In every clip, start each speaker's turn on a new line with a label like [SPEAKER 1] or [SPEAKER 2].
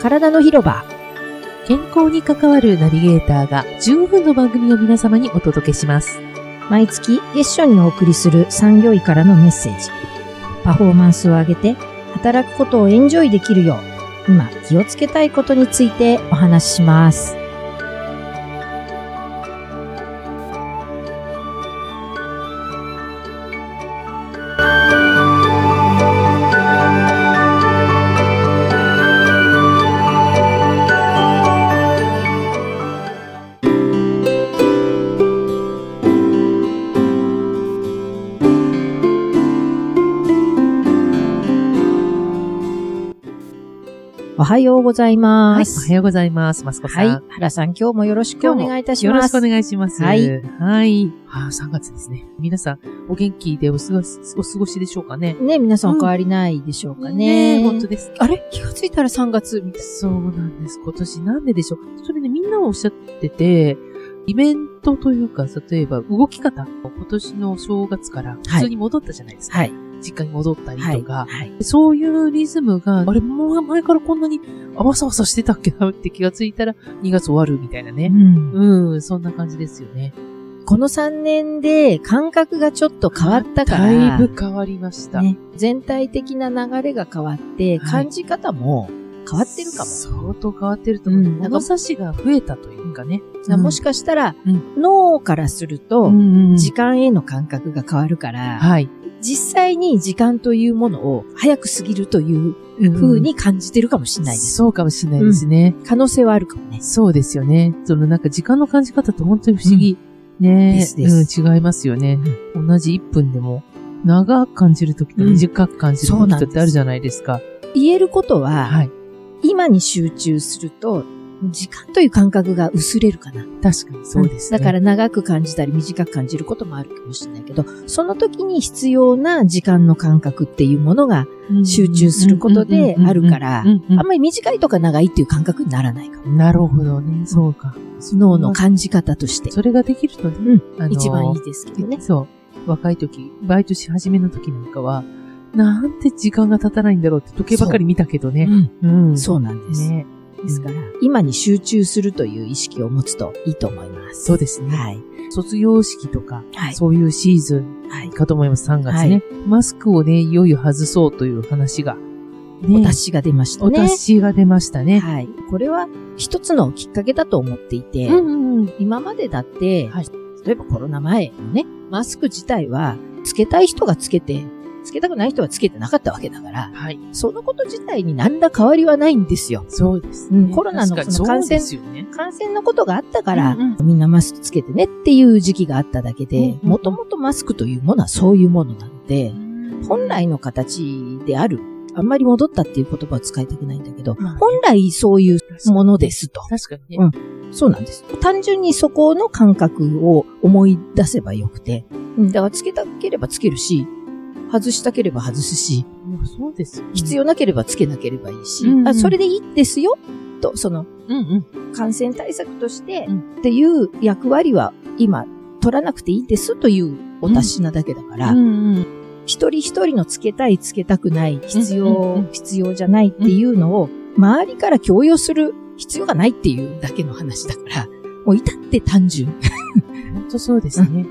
[SPEAKER 1] 体の広場。
[SPEAKER 2] 健康に関わるナビゲーターが15分の番組を皆様にお届けします。
[SPEAKER 3] 毎月月初にお送りする産業医からのメッセージ。パフォーマンスを上げて、働くことをエンジョイできるよう、今気をつけたいことについてお話しします。おはようござい
[SPEAKER 2] は
[SPEAKER 3] ま
[SPEAKER 2] い。
[SPEAKER 3] す。
[SPEAKER 2] おはようございます。マスコさ
[SPEAKER 3] はい
[SPEAKER 2] ん。。
[SPEAKER 3] 原さん、今日もよろしくお願いいたし
[SPEAKER 2] よ
[SPEAKER 3] ま
[SPEAKER 2] ろし
[SPEAKER 3] す。
[SPEAKER 2] くお願いします。
[SPEAKER 3] はい。
[SPEAKER 2] はい。あー3月ですね。皆さん、お元気でお過ごし、お過ごしでしょうかね。
[SPEAKER 3] ね、皆さんお変わりないでしょうか
[SPEAKER 2] え
[SPEAKER 3] ね。
[SPEAKER 2] 本当です。
[SPEAKER 1] あれ気がついたら3月みたい
[SPEAKER 2] そうなんです。今年なんででしょう。それね、みんなおっしゃってて、イベントというか、例えば動き方、今年の正月から普通に戻ったじゃないですか。
[SPEAKER 3] はい。
[SPEAKER 2] 実家に戻ったりとか、
[SPEAKER 3] はい。
[SPEAKER 2] そういうリズムが、あれ、もう前からこんなに、あわさわさしてたっけなって気がついたら、2月終わるみたいな
[SPEAKER 3] う
[SPEAKER 2] ね。
[SPEAKER 3] ん
[SPEAKER 2] うん、そんな感じですよね。
[SPEAKER 3] この3年で感覚がちょっと変わったから、
[SPEAKER 2] だいぶ変わりました。
[SPEAKER 3] ね、全体的な流れが変わって、
[SPEAKER 2] はい
[SPEAKER 3] 感じ方も変わってるかも。
[SPEAKER 2] 相当変わってると思う。
[SPEAKER 3] うん
[SPEAKER 2] 物差しが増えたというかね。
[SPEAKER 3] だからもしかしたら、
[SPEAKER 2] うん
[SPEAKER 3] 脳からする
[SPEAKER 2] う
[SPEAKER 3] と、
[SPEAKER 2] ん
[SPEAKER 3] 時間への感覚が変わるから、
[SPEAKER 2] はい。
[SPEAKER 3] 実際に時間というものを早く過ぎるという風に感じてるかもしれないです。
[SPEAKER 2] そうかもしれないですね。
[SPEAKER 3] 可能性はあるかもね。
[SPEAKER 2] そうですよね。そのなんか時間の感じ方って本当に不思議。ね
[SPEAKER 3] ですです
[SPEAKER 2] うん、違いますよね。同じ1分でも、長く感じるときと短く感じる
[SPEAKER 3] うんそう
[SPEAKER 2] と
[SPEAKER 3] な
[SPEAKER 2] き
[SPEAKER 3] んで
[SPEAKER 2] とっ
[SPEAKER 3] す
[SPEAKER 2] てあるじゃないですか。
[SPEAKER 3] 言えることは、
[SPEAKER 2] はい。
[SPEAKER 3] 今に集中すると、時間という感覚が薄れるかな。
[SPEAKER 2] 確かにそうです、ね
[SPEAKER 3] だから長く感じたり短く感じることもあるかもしれないけど、その時に必要な時間の感覚っていうものが集中することであるから
[SPEAKER 2] うんうんうんうん
[SPEAKER 3] あんまり短いとか長いっていう感覚にならないかも。
[SPEAKER 2] なるほどね。そうか。
[SPEAKER 3] 脳の感じ方として。
[SPEAKER 2] それができるとね、あの
[SPEAKER 3] 一番いいですけどね。
[SPEAKER 2] そう。若い時、バイトし始めの時なんかは、なんて時間が経たないんだろうって時計ばかり見たけどね。うん
[SPEAKER 3] そうなんです。
[SPEAKER 2] ね。
[SPEAKER 3] ですから、今に集中するという意識を持つといいと思います。
[SPEAKER 2] そうですね。
[SPEAKER 3] はい。
[SPEAKER 2] 卒業式とか、
[SPEAKER 3] はい。
[SPEAKER 2] そういうシーズン
[SPEAKER 3] はい。
[SPEAKER 2] かと思います、3月ね。マスクをね、いよいよ外そうという話が、ね
[SPEAKER 3] お達しが出ました
[SPEAKER 2] お
[SPEAKER 3] ね。
[SPEAKER 2] 達しが出ましたね。
[SPEAKER 3] はい。これは一つのきっかけだと思っていて、
[SPEAKER 2] うんうんうん。
[SPEAKER 3] 今までだって、
[SPEAKER 2] はい
[SPEAKER 3] 例えばコロナ前のね、マスク自体は、つけたい人がつけて、つけたくない人はつけてなかったわけだから、
[SPEAKER 2] はい。
[SPEAKER 3] そのこと自体に何ら変わりはないんですよ。
[SPEAKER 2] そうです
[SPEAKER 3] う
[SPEAKER 2] ね、
[SPEAKER 3] んコロナの
[SPEAKER 2] 確かに
[SPEAKER 3] その感染
[SPEAKER 2] そうですよね。
[SPEAKER 3] 感染のことがあったから、
[SPEAKER 2] うんうん
[SPEAKER 3] みんなマスクつけてねっていう時期があっただけ
[SPEAKER 2] うん
[SPEAKER 3] で
[SPEAKER 2] うん、うん
[SPEAKER 3] もともとマスクというものはそういうものなので、本来の形である、あんまり戻ったっていう言葉を使いたくないんだけど、
[SPEAKER 2] まあね
[SPEAKER 3] 本来そういうものですと。
[SPEAKER 2] 確かにね。
[SPEAKER 3] うんそうなんです。単純にそこの感覚を思い出せばよくて。うん、だからつけたければつけるし、外したければ外すし、
[SPEAKER 2] いやそうですよね、
[SPEAKER 3] 必要なければつけなければいいし、
[SPEAKER 2] うんうん
[SPEAKER 3] あそれでいいんですよ、と、その
[SPEAKER 2] うんうん。
[SPEAKER 3] 感染対策として
[SPEAKER 2] う
[SPEAKER 3] っていう役割は今取らなくていいですというお達しなだけだから、
[SPEAKER 2] うんうん。
[SPEAKER 3] 一人一人のつけたいつけたくない、必要、
[SPEAKER 2] うんうんう
[SPEAKER 3] 必要じゃないっていうのを周りから強要する必要がないっていうだけの話だから、もう至って単純。
[SPEAKER 2] 本当そうですね。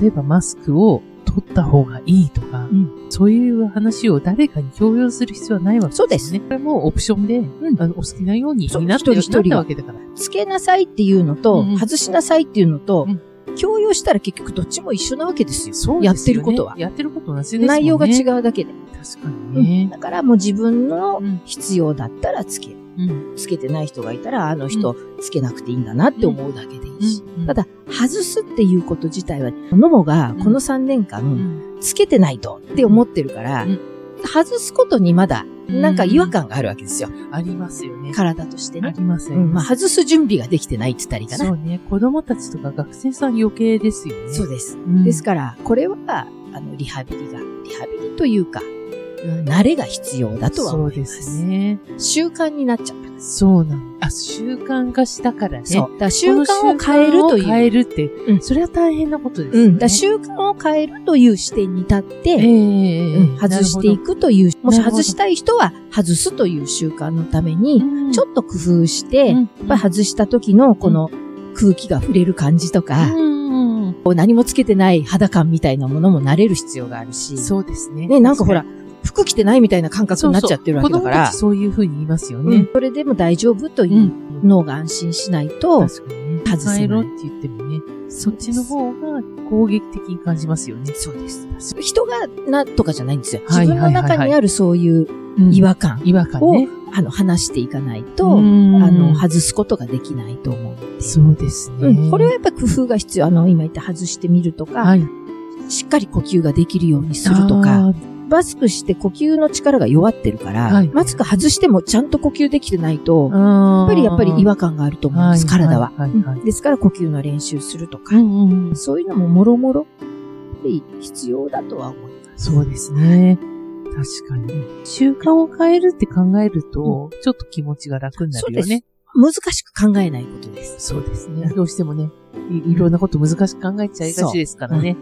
[SPEAKER 2] 例えばマスクを取った方がいいとか、
[SPEAKER 3] ん
[SPEAKER 2] そういう話を誰かに強要する必要はないわけ
[SPEAKER 3] そうです
[SPEAKER 2] ね。これもオプションで、
[SPEAKER 3] ん
[SPEAKER 2] あのお好きなように
[SPEAKER 3] そう
[SPEAKER 2] なって
[SPEAKER 3] 一人一人
[SPEAKER 2] な
[SPEAKER 3] が
[SPEAKER 2] ったわけだから。
[SPEAKER 3] つけなさいっていうのと、
[SPEAKER 2] うんうん
[SPEAKER 3] 外しなさいっていうのと、
[SPEAKER 2] うん
[SPEAKER 3] 強要したら結局どっちも一緒なわけですよ。
[SPEAKER 2] そうですよね
[SPEAKER 3] やってることは。
[SPEAKER 2] やってることは同じですもんね。
[SPEAKER 3] 内容が違
[SPEAKER 2] う。
[SPEAKER 3] うだけで。
[SPEAKER 2] 確かにね。
[SPEAKER 3] だからもう自分の
[SPEAKER 2] うん
[SPEAKER 3] 必要だったらつける。
[SPEAKER 2] うん。
[SPEAKER 3] つけてない人がいたら、あの人つけなくていいんだなって思うだけでいいし。
[SPEAKER 2] うん
[SPEAKER 3] た、だ、外すっていうこと自体は、ノモがこの3年間、
[SPEAKER 2] うん
[SPEAKER 3] つけてないとって思ってるから、
[SPEAKER 2] うん
[SPEAKER 3] 外すことにまだ、なんか違和感があるわけですよ。
[SPEAKER 2] ありますよね。
[SPEAKER 3] 体として
[SPEAKER 2] あ
[SPEAKER 3] ね。
[SPEAKER 2] ります
[SPEAKER 3] うんまあ、
[SPEAKER 2] ね。
[SPEAKER 3] 外す準備ができてないって言ったりかな。
[SPEAKER 2] そうね。子供たちとか学生さん余計ですよね。
[SPEAKER 3] そうです。
[SPEAKER 2] うん
[SPEAKER 3] ですから、これは、あの、リハビリが、リハビリというか、慣れが必要だとは
[SPEAKER 2] そう
[SPEAKER 3] 思い
[SPEAKER 2] で
[SPEAKER 3] ます。
[SPEAKER 2] すね。
[SPEAKER 3] 習慣になっちゃった。
[SPEAKER 2] そうなんあ、習慣化したからね。
[SPEAKER 3] そう。だから習
[SPEAKER 2] この
[SPEAKER 3] 慣を変えると
[SPEAKER 2] 習慣を変
[SPEAKER 3] いう。
[SPEAKER 2] えるって、
[SPEAKER 3] うん
[SPEAKER 2] それは大変なことですよ
[SPEAKER 3] う
[SPEAKER 2] ね。
[SPEAKER 3] ん。だから習慣を変えるという視点に立って、
[SPEAKER 2] ええええ
[SPEAKER 3] うん外してい
[SPEAKER 2] く。
[SPEAKER 3] くという、もし
[SPEAKER 2] なるほ
[SPEAKER 3] 外
[SPEAKER 2] ど
[SPEAKER 3] したい人は外すという習慣のため
[SPEAKER 2] ち
[SPEAKER 3] に、ち
[SPEAKER 2] っ
[SPEAKER 3] ょっと工夫して、やっぱり
[SPEAKER 2] 外
[SPEAKER 3] 外した時のこの空気が触れる感じとか、こう何もつけてない肌感みたいなものも慣れる必要があるし、
[SPEAKER 2] そうですね。
[SPEAKER 3] ね、なんかほら、服着てないみたいな感覚になっちゃってるわ
[SPEAKER 2] 子
[SPEAKER 3] けだ
[SPEAKER 2] 供
[SPEAKER 3] か
[SPEAKER 2] た
[SPEAKER 3] ら
[SPEAKER 2] ち、そういうふうに言いますよ
[SPEAKER 3] うん
[SPEAKER 2] ね。
[SPEAKER 3] それでも大丈夫と
[SPEAKER 2] う
[SPEAKER 3] いうん脳が安心しないと、
[SPEAKER 2] 確かにね。
[SPEAKER 3] 外せない
[SPEAKER 2] 変えろって言ってもね、そっちの方が攻撃的に感じますよね。そうです。
[SPEAKER 3] 人がなとかじゃないんですよ。
[SPEAKER 2] は
[SPEAKER 3] 自
[SPEAKER 2] い
[SPEAKER 3] 分の中にあるそういう違和感
[SPEAKER 2] 違和感
[SPEAKER 3] を、
[SPEAKER 2] ね。
[SPEAKER 3] あの、話していかないと、
[SPEAKER 2] うん
[SPEAKER 3] あの、外すことができないと思う。
[SPEAKER 2] そうですね。
[SPEAKER 3] うん、これはやっぱり工夫が必要。あの、今言った外してみるとか、
[SPEAKER 2] はい、
[SPEAKER 3] しっかり呼吸ができるようにするとか、
[SPEAKER 2] あー。
[SPEAKER 3] マスクして呼吸の力が弱ってるから、
[SPEAKER 2] はい
[SPEAKER 3] マスク外してもちゃんと呼吸できてないと、やっ
[SPEAKER 2] や
[SPEAKER 3] ぱりやっぱり違和感があると思うんです、体は。
[SPEAKER 2] はい、はい。
[SPEAKER 3] ですから呼吸の練習するとか、
[SPEAKER 2] うんうん、
[SPEAKER 3] そういうのももろもろ、やっぱり必要だとは思います。
[SPEAKER 2] そうですね。確かに。習慣を変えるって考えると、ちょっと気持ちが楽になるよね。
[SPEAKER 3] 難しく考えないことです。
[SPEAKER 2] そうですね。どうしてもね、いいろんなこと難しく考えちゃいがちですからね。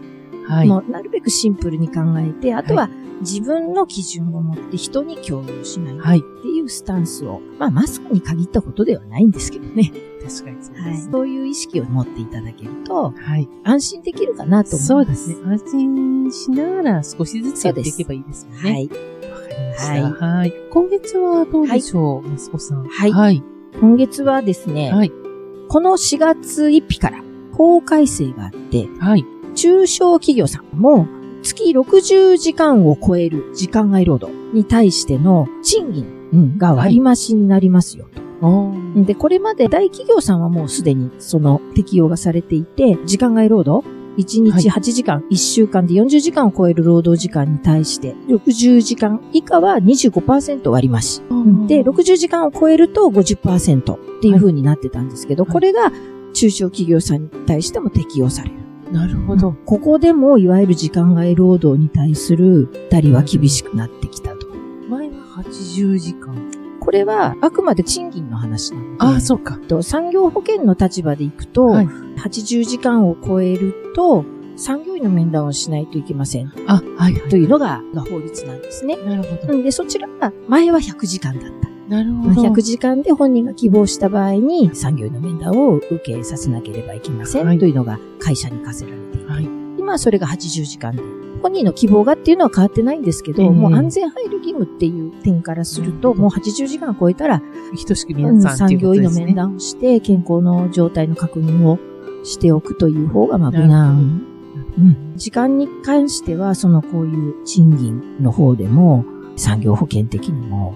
[SPEAKER 2] はい。
[SPEAKER 3] もうなるべくシンプルに考えて、あとは自分の基準を持って人に共有しない。
[SPEAKER 2] はい。
[SPEAKER 3] っていうスタンスを、まあマスクに限ったことではないんですけどね。
[SPEAKER 2] 確かにそう
[SPEAKER 3] は
[SPEAKER 2] で
[SPEAKER 3] い
[SPEAKER 2] す。。
[SPEAKER 3] そういう意識を持っていただけると、
[SPEAKER 2] はい。
[SPEAKER 3] 安心できるかなと思います。
[SPEAKER 2] そうですね。。安心しながら少しずつやっていけばいいですよね。
[SPEAKER 3] はい。
[SPEAKER 2] わかりました。はい。今月はどうでしょう、息子さん。
[SPEAKER 3] はい
[SPEAKER 2] はい。
[SPEAKER 3] 今月はですね、
[SPEAKER 2] はい。
[SPEAKER 3] この4月1日から法改正があって、
[SPEAKER 2] はい。
[SPEAKER 3] 中小企業さんも月60時間を超える時間外労働に対しての賃金うんが割増になりますよと。
[SPEAKER 2] おー
[SPEAKER 3] で、これまで大企業さんはもうすでにその適用がされていて、時間外労働、1日8時間、1週間で40時間を超える労働時間に対して、60時間以下は25%割増し。で、60時間を超えると50%っていう風になってたんですけど、
[SPEAKER 2] はい
[SPEAKER 3] これが中小企業さんに対しても適用される。
[SPEAKER 2] なるほど。
[SPEAKER 3] ここでも、いわゆる時間外労働に対するたりは厳しくなってきたと。
[SPEAKER 2] 前は80時間。
[SPEAKER 3] これは、あくまで賃金の話なので、
[SPEAKER 2] ああ、そうか。
[SPEAKER 3] と産業保険の立場でいくと、
[SPEAKER 2] はい
[SPEAKER 3] 80時間を超えると、産業医の面談をしないといけません
[SPEAKER 2] あ、はい、は
[SPEAKER 3] というのがが法律なんですね。
[SPEAKER 2] い。なるほ
[SPEAKER 3] う
[SPEAKER 2] ど。
[SPEAKER 3] んで、そちらが前は100時間だった。
[SPEAKER 2] なるほど。
[SPEAKER 3] 100時間で本人が希望した場合に産業医の面談を受けさせなければいけません、
[SPEAKER 2] はい
[SPEAKER 3] というのが会社に課せられていて、
[SPEAKER 2] はい
[SPEAKER 3] 今はそれが80時間で、本人の希望がっていうのは変わってないんですけど、
[SPEAKER 2] ええ
[SPEAKER 3] もう安全配慮義務っていう点からすると、
[SPEAKER 2] うん
[SPEAKER 3] もう80時間を超えたら、
[SPEAKER 2] 等しく皆さんっ
[SPEAKER 3] 産
[SPEAKER 2] ていう
[SPEAKER 3] 業
[SPEAKER 2] こと
[SPEAKER 3] 医
[SPEAKER 2] で
[SPEAKER 3] の
[SPEAKER 2] すね。
[SPEAKER 3] 面談をして、健康の状態の確認をしておくという方が、まあ、無難。うん。時間に関しては、その、こういう賃金の方でも、産業保険的にも、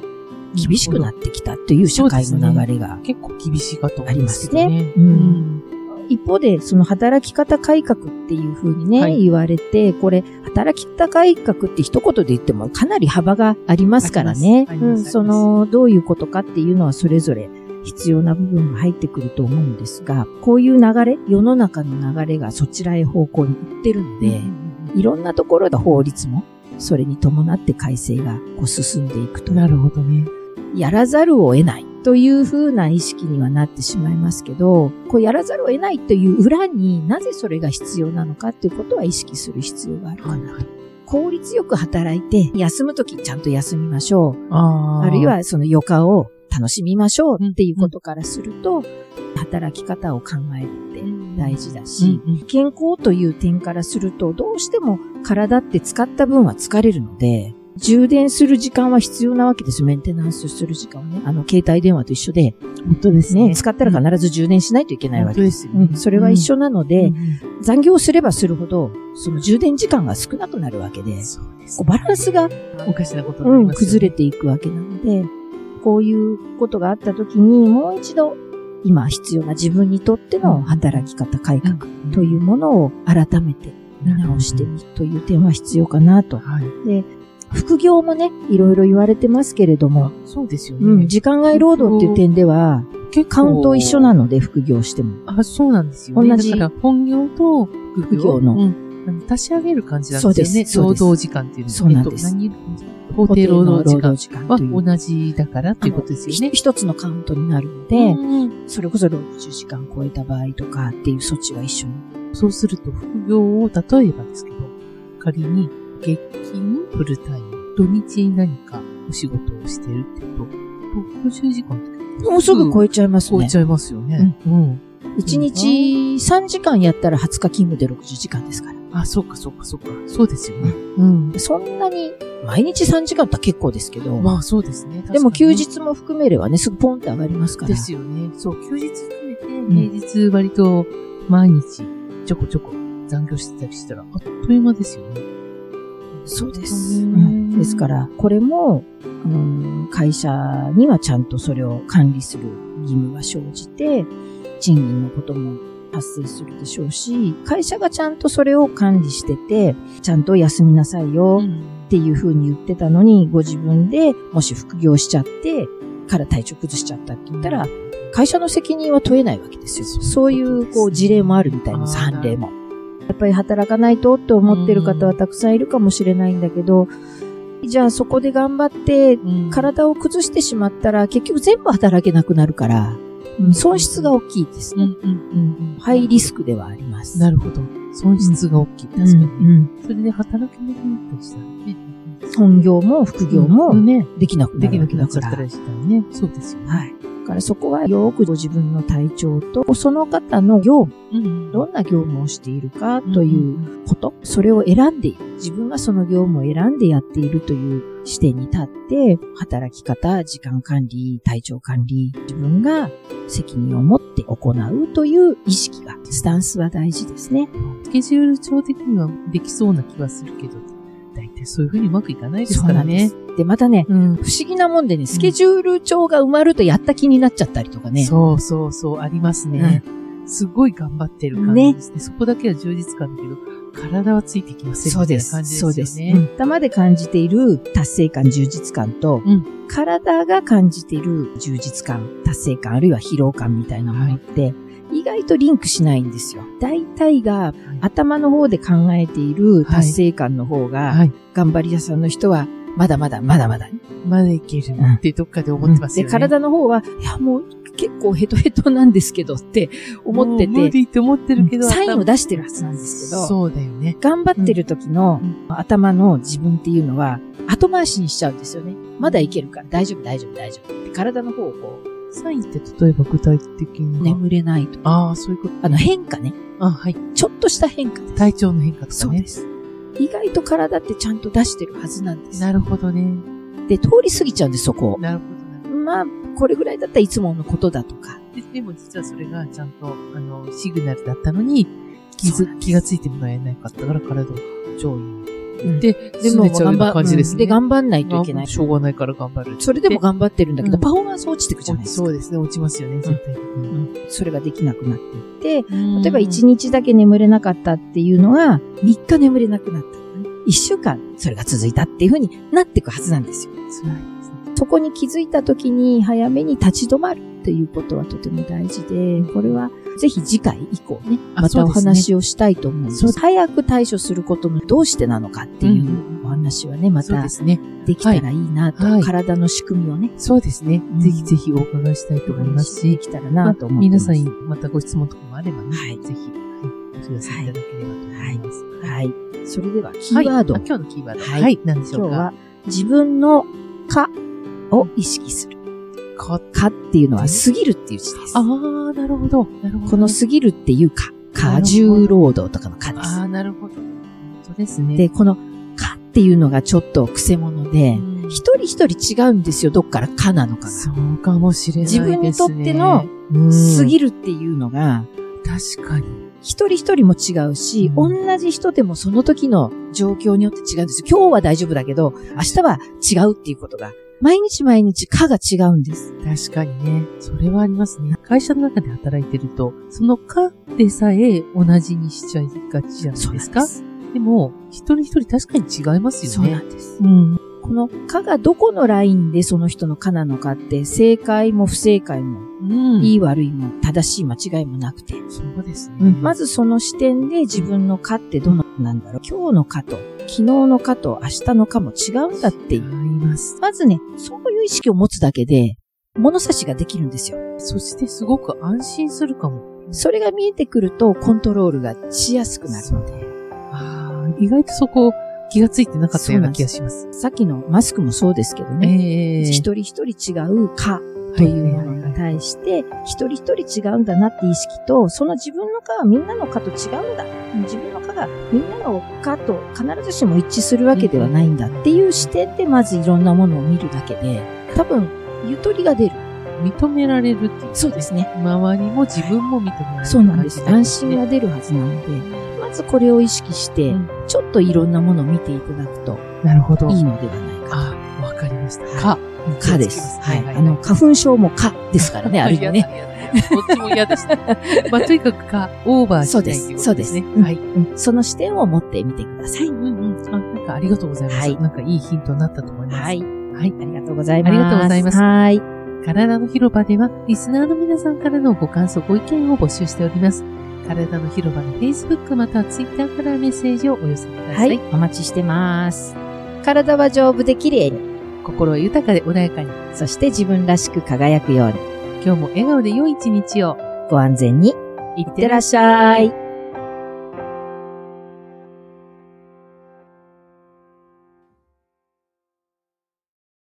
[SPEAKER 3] 厳しくなってきたという社会の流れが。
[SPEAKER 2] 結構厳しいかと思いますけどね。
[SPEAKER 3] ありますねうん一方で、その働き方改革っていうふうにね、
[SPEAKER 2] はい
[SPEAKER 3] 言われて、これ、働き方改革って一言で言ってもかなり幅がありますからね。
[SPEAKER 2] ありますあります
[SPEAKER 3] うんその、どういうことかっていうのはそれぞれ必要な部分が入ってくると思うんですが、こういう流れ、世の中の流れがそちらへ方向に行ってるの
[SPEAKER 2] うん
[SPEAKER 3] で、いろんなところで法律も、それに伴って改正がこう進んでいくという
[SPEAKER 2] なるほどね。
[SPEAKER 3] やらざるを得ないというふうな意識にはなってしまいますけど、こうやらざるを得ないという裏になぜそれが必要なのかということは意識する必要があるかなと。効率よく働いて、休むときちゃんと休みましょう。
[SPEAKER 2] あ
[SPEAKER 3] あるい、はその余暇を楽しみましょうっていうことからすると、働き方を考えるって大事だし、健康という点からすると、どうしても体って使った分は疲れるので、充電する時間は必要なわけです。メンテナンスする時間はね。あの、携帯電話と一緒で、
[SPEAKER 2] 本当です
[SPEAKER 3] ね、
[SPEAKER 2] ね。
[SPEAKER 3] 使ったら必ず充電しないといけないわ
[SPEAKER 2] 本当
[SPEAKER 3] け。
[SPEAKER 2] ですよ
[SPEAKER 3] うん、
[SPEAKER 2] ね。
[SPEAKER 3] それは一緒なので、
[SPEAKER 2] うん。
[SPEAKER 3] 残業すればするほど、その充電時間が少なくなるわけで、
[SPEAKER 2] そうです
[SPEAKER 3] こうバランスが、
[SPEAKER 2] おかしなことにな
[SPEAKER 3] う
[SPEAKER 2] り
[SPEAKER 3] ん、
[SPEAKER 2] ますよね。
[SPEAKER 3] 崩れていくわけなので、こういうことがあった時に、もう一度、今必要な自分にとっての働き方改革
[SPEAKER 2] うん
[SPEAKER 3] というものを改めて見直してみるという点は必要かなと。
[SPEAKER 2] はい。
[SPEAKER 3] 副業もね、いろいろ言われてますけれども、
[SPEAKER 2] そうですよね。
[SPEAKER 3] うん、時間外労働っていう点では、
[SPEAKER 2] 結構
[SPEAKER 3] カウント一緒なので副業しても。
[SPEAKER 2] あ、そうなんですよね。
[SPEAKER 3] 同じ
[SPEAKER 2] だから本業と副
[SPEAKER 3] 副業の
[SPEAKER 2] うんあの足し上げる感じなんですよ
[SPEAKER 3] そう
[SPEAKER 2] ね。
[SPEAKER 3] ですそうです
[SPEAKER 2] 労働時間っていうのは
[SPEAKER 3] そうなんです
[SPEAKER 2] えっと何法定労働時間
[SPEAKER 3] 時間
[SPEAKER 2] は
[SPEAKER 3] という
[SPEAKER 2] 同じだからっていうことですよね
[SPEAKER 3] ひ。一つのカウントになるので、
[SPEAKER 2] うん
[SPEAKER 3] それこそ60時間超えた場合とかっていう措置が一緒に。
[SPEAKER 2] そうすると、副業を、例えばですけど、仮に月金フルタイム、土日に何かお仕事をしてるってこと、60時間って
[SPEAKER 3] もうすぐ超えちゃいます
[SPEAKER 2] 超え
[SPEAKER 3] ね。
[SPEAKER 2] ちゃいますよね。うん。
[SPEAKER 3] 1日3時間やったら20日勤務で60時間ですから。
[SPEAKER 2] あ、そうかそうかそうか。そうですよね。うん。
[SPEAKER 3] そんなに、毎日3時間って結構ですけど、
[SPEAKER 2] まあそうですね。
[SPEAKER 3] でも
[SPEAKER 2] 確か
[SPEAKER 3] 休
[SPEAKER 2] にね
[SPEAKER 3] 日も含めればね、すぐポンって上がりますから。
[SPEAKER 2] ですよね。そう、休日含めて、平日割と毎日ちょこちょこ残業してたりしたら、あっという間ですよね。
[SPEAKER 3] そうで
[SPEAKER 2] う
[SPEAKER 3] す。
[SPEAKER 2] ん
[SPEAKER 3] うんですから、これも、うん会社にはちゃんとそれを管理する義務が生じて、賃金のことも発生するでしょうし、会社がちゃんとそれを管理してて、ちゃんと休みなさいよっていうふうに言ってたのに、ご自分でもし副業しちゃって、から体調崩しちゃったって言ったら、会社の責任は問えないわけですよ。そういう、こう、事例もあるみたいな、
[SPEAKER 2] あー
[SPEAKER 3] 判例も。やっぱり働かないとって思ってる方はたくさんいるかもしれないんだけど、じゃあそこで頑張って、
[SPEAKER 2] うん、
[SPEAKER 3] 体を崩してしまったら、結局全部働けなくなるから、うん損失が大きいです
[SPEAKER 2] うんう
[SPEAKER 3] ね。
[SPEAKER 2] んうんうん。
[SPEAKER 3] ハイリスクではあります。
[SPEAKER 2] なるほど。損失が大きい。確か
[SPEAKER 3] う
[SPEAKER 2] に
[SPEAKER 3] ん
[SPEAKER 2] ね。
[SPEAKER 3] うん
[SPEAKER 2] それで働けなくなったりしたらね。
[SPEAKER 3] 本業も副業も
[SPEAKER 2] ね、
[SPEAKER 3] できなく
[SPEAKER 2] で
[SPEAKER 3] な
[SPEAKER 2] き
[SPEAKER 3] る
[SPEAKER 2] な
[SPEAKER 3] わ
[SPEAKER 2] く
[SPEAKER 3] け
[SPEAKER 2] な
[SPEAKER 3] だ
[SPEAKER 2] っち
[SPEAKER 3] か
[SPEAKER 2] ゃった
[SPEAKER 3] ら。
[SPEAKER 2] りしたらね。そうですよね。
[SPEAKER 3] はい。だからそこはよくご自分の体調と、その方の業務、
[SPEAKER 2] うん
[SPEAKER 3] どんな業務をしているかということ、それを選んでいる。自分がその業務を選んでやっているという視点に立って、働き方、時間管理、体調管理、自分が責任を持って行うという意識が、スタンスは大事ですね。
[SPEAKER 2] スケジュール帳的にはできそうな気はするけど、大体そういうふうにうまくいかないですからね。
[SPEAKER 3] そうなんです。で、またね、
[SPEAKER 2] うん
[SPEAKER 3] 不思議なもんでね、スケジュール帳が埋まるとやった気になっちゃったりとかね。
[SPEAKER 2] そうそうそう、ありますね。すごい頑張ってる感じですね。そこだけは充実感だけど、体はついてきませんみたいな感じです
[SPEAKER 3] そう
[SPEAKER 2] よね。
[SPEAKER 3] です。うん頭で感じている達成感、充実感と、
[SPEAKER 2] うん
[SPEAKER 3] 体が感じている充実感、達成感、あるいは疲労感みたいなものって、意外とリンクしないんですよ。大体が頭の方で考えている達成感の方が、
[SPEAKER 2] はい。
[SPEAKER 3] 頑張り屋さんの人は、まだまだ、まだまだ。
[SPEAKER 2] まだいけるってどっかで思ってますよ
[SPEAKER 3] で、
[SPEAKER 2] ね。
[SPEAKER 3] 体の方は、いや、もう結構ヘトヘトなんですけどって思って
[SPEAKER 2] もう無
[SPEAKER 3] て、
[SPEAKER 2] 理って思ってるけど、
[SPEAKER 3] サインを
[SPEAKER 2] 出
[SPEAKER 3] 出してるはずなんですけど、
[SPEAKER 2] そうだよね。
[SPEAKER 3] 頑張ってる時の
[SPEAKER 2] う
[SPEAKER 3] 頭の自分っていうのは後回しにしちゃうんですよね。まだいけるから大丈夫大丈夫大丈夫って体の方をこ
[SPEAKER 2] サインって例えば具体的
[SPEAKER 3] う
[SPEAKER 2] には、
[SPEAKER 3] 眠れないとか。
[SPEAKER 2] ああ、そういうこと。
[SPEAKER 3] あの変化ね。
[SPEAKER 2] あはい。
[SPEAKER 3] ちょっとした変化です。
[SPEAKER 2] 体調の変化と
[SPEAKER 3] そ
[SPEAKER 2] か
[SPEAKER 3] う
[SPEAKER 2] ね
[SPEAKER 3] で。す。意外と体ってちゃんと出してるはずなんです。
[SPEAKER 2] なるほどね。
[SPEAKER 3] で、通り過ぎちゃうんです、そこ
[SPEAKER 2] なるほどな
[SPEAKER 3] を。まあ、これぐらいだったらいつものことだとか。
[SPEAKER 2] で。でも実はそれがちゃんと、あの、シグナルだったのに、気
[SPEAKER 3] そう
[SPEAKER 2] づ、気がついてもらえなかったから体を上
[SPEAKER 3] うん
[SPEAKER 2] 位で、でも、ちゃうような感じですね。
[SPEAKER 3] で、頑張んないといけ
[SPEAKER 2] ま
[SPEAKER 3] な
[SPEAKER 2] あ
[SPEAKER 3] い。
[SPEAKER 2] しょうがないから頑張る。
[SPEAKER 3] それでも頑張ってるんだけど、
[SPEAKER 2] うん
[SPEAKER 3] パフォーマンス落ちてくじゃないですか。
[SPEAKER 2] そうですね、落ちますよね、絶対的に。
[SPEAKER 3] それができなくなっていって、
[SPEAKER 2] 例
[SPEAKER 3] 例えば1日だけ眠れなかったっていうのが、3日眠れなくなった。1週間それが続いたっていうふうになっていくはずなんですよ。そこに気づいた時に早めに立ち止まるということはとても大事で、これはぜひ次回以降ね、
[SPEAKER 2] あ
[SPEAKER 3] またお
[SPEAKER 2] そうですね
[SPEAKER 3] 話をしたいと思うんです。
[SPEAKER 2] そう
[SPEAKER 3] 早く対処することのどうしてなのかってい
[SPEAKER 2] ん
[SPEAKER 3] うお話はね、ま
[SPEAKER 2] そう
[SPEAKER 3] た
[SPEAKER 2] ですね。
[SPEAKER 3] できたらいいなと、
[SPEAKER 2] はい
[SPEAKER 3] 体の仕組みをね、
[SPEAKER 2] そうですね
[SPEAKER 3] ん。
[SPEAKER 2] ぜひぜひお伺いしたいと思います
[SPEAKER 3] で
[SPEAKER 2] し、
[SPEAKER 3] きたらなと思って
[SPEAKER 2] 皆
[SPEAKER 3] ます。
[SPEAKER 2] さんにまたご質問とかもあればね、
[SPEAKER 3] はい
[SPEAKER 2] ぜひ、はいお知らせいただければと思います。
[SPEAKER 3] はい。それでは、キーワードを
[SPEAKER 2] はいあ今日のキーワード。
[SPEAKER 3] はい
[SPEAKER 2] はい。何でしょ
[SPEAKER 3] 今
[SPEAKER 2] う
[SPEAKER 3] 日は
[SPEAKER 2] か
[SPEAKER 3] 自分のかを意識する。
[SPEAKER 2] か
[SPEAKER 3] かっていうのは過ぎるっていう字です。
[SPEAKER 2] ああ、なるほど。なるほど。
[SPEAKER 3] この過ぎるっていうか、過重労働とかのかで
[SPEAKER 2] あ
[SPEAKER 3] す。
[SPEAKER 2] あ、なるほど。本当ですね。
[SPEAKER 3] で、このかっていうのがちょっと癖物で、
[SPEAKER 2] うん
[SPEAKER 3] 一人一人違うんですよ、どっからかなのかが。
[SPEAKER 2] そうかもしれないです
[SPEAKER 3] 自
[SPEAKER 2] ね。
[SPEAKER 3] 分にとっての
[SPEAKER 2] うん、
[SPEAKER 3] 過ぎるっていうのが、
[SPEAKER 2] 確かに。
[SPEAKER 3] 一人一人も違うし、
[SPEAKER 2] う
[SPEAKER 3] 同じ人でもその時の状況によって違うんですよ。今日は大丈夫だけど、明日は違うっていうことが、毎日毎日かが違うんです。
[SPEAKER 2] 確かにね。それはありますね。会社の中で働いてると、そのかでさえ同じにしちゃいがちじゃない
[SPEAKER 3] そう
[SPEAKER 2] で
[SPEAKER 3] なん
[SPEAKER 2] すか
[SPEAKER 3] で。
[SPEAKER 2] ですも、一人一人確かに違います
[SPEAKER 3] そ
[SPEAKER 2] よ
[SPEAKER 3] う
[SPEAKER 2] ね。
[SPEAKER 3] なんです。
[SPEAKER 2] うん。
[SPEAKER 3] この「か」がどこのラインでその人の「か」なのかって正解も不正解も
[SPEAKER 2] うん。
[SPEAKER 3] いい悪いも正しい間違いもなくて、
[SPEAKER 2] そうですね。
[SPEAKER 3] まずその視点で自分の「か」ってどのなんだろう今日の「か」と昨昨日のかと明日のかも違うんだっていう。
[SPEAKER 2] います。
[SPEAKER 3] まずね、そういう意識を持つだけで、物差しができるんですよ。
[SPEAKER 2] そしてすごく安心するかも。
[SPEAKER 3] それが見えてくると、コントロールがしやすくなるので。
[SPEAKER 2] ああ、意外とそこ気がついてなかったような気がします。
[SPEAKER 3] さっきのマスクもそうですけど
[SPEAKER 2] え
[SPEAKER 3] ね。
[SPEAKER 2] え
[SPEAKER 3] 一人一人違うかというものに対して、一人一人違うんだなって意識と、その自分の課はみんなの課と違うんだ。自分の課がみんなの課と必ずしも一致するわけではないんだっていう視点で、まずいろんなものを見るだけで、多分、ゆとりが出る。
[SPEAKER 2] 認められるっていう。
[SPEAKER 3] そうですね。
[SPEAKER 2] 周りも自分も認められる。
[SPEAKER 3] そうなんです。安心が
[SPEAKER 2] が。
[SPEAKER 3] 出るはずなので、まずこれを意識して
[SPEAKER 2] うん、
[SPEAKER 3] ちょっといろんなものを見ていただくと
[SPEAKER 2] なるほど。
[SPEAKER 3] いいのではないか。
[SPEAKER 2] ああ、わかりました。
[SPEAKER 3] は
[SPEAKER 2] か。
[SPEAKER 3] 蚊です。
[SPEAKER 2] は
[SPEAKER 3] はいい。あの、花粉症も蚊ですから ね、ある意味ね。
[SPEAKER 2] ね。どっちも嫌 でした。まあ、とにかくか、オーバーし
[SPEAKER 3] そ
[SPEAKER 2] な
[SPEAKER 3] う
[SPEAKER 2] いと
[SPEAKER 3] で
[SPEAKER 2] い
[SPEAKER 3] す
[SPEAKER 2] こ。と
[SPEAKER 3] そうです。うん
[SPEAKER 2] はい。
[SPEAKER 3] うんその視点を持ってみてください。
[SPEAKER 2] うんうん。あ、なんかありがとうございます。
[SPEAKER 3] はい
[SPEAKER 2] なんかいいヒントになったと思います。
[SPEAKER 3] はい。
[SPEAKER 2] はい。
[SPEAKER 3] ありがとうございます。
[SPEAKER 2] ありがとうございます
[SPEAKER 3] はい。
[SPEAKER 2] 体の広場では、リスナーの皆さんからのご感想、ご意見を募集しております。体の広場の Facebook または Twitter からメッセージをお寄せくださ。
[SPEAKER 3] はいい。お待ちしてます。体は丈夫で綺麗に、
[SPEAKER 2] 心豊かで穏やかに、
[SPEAKER 3] そして自分らしく輝くように、
[SPEAKER 2] 今日も笑顔で良い一日を。
[SPEAKER 3] ご安全に、
[SPEAKER 2] いっ
[SPEAKER 3] いってらっしゃい。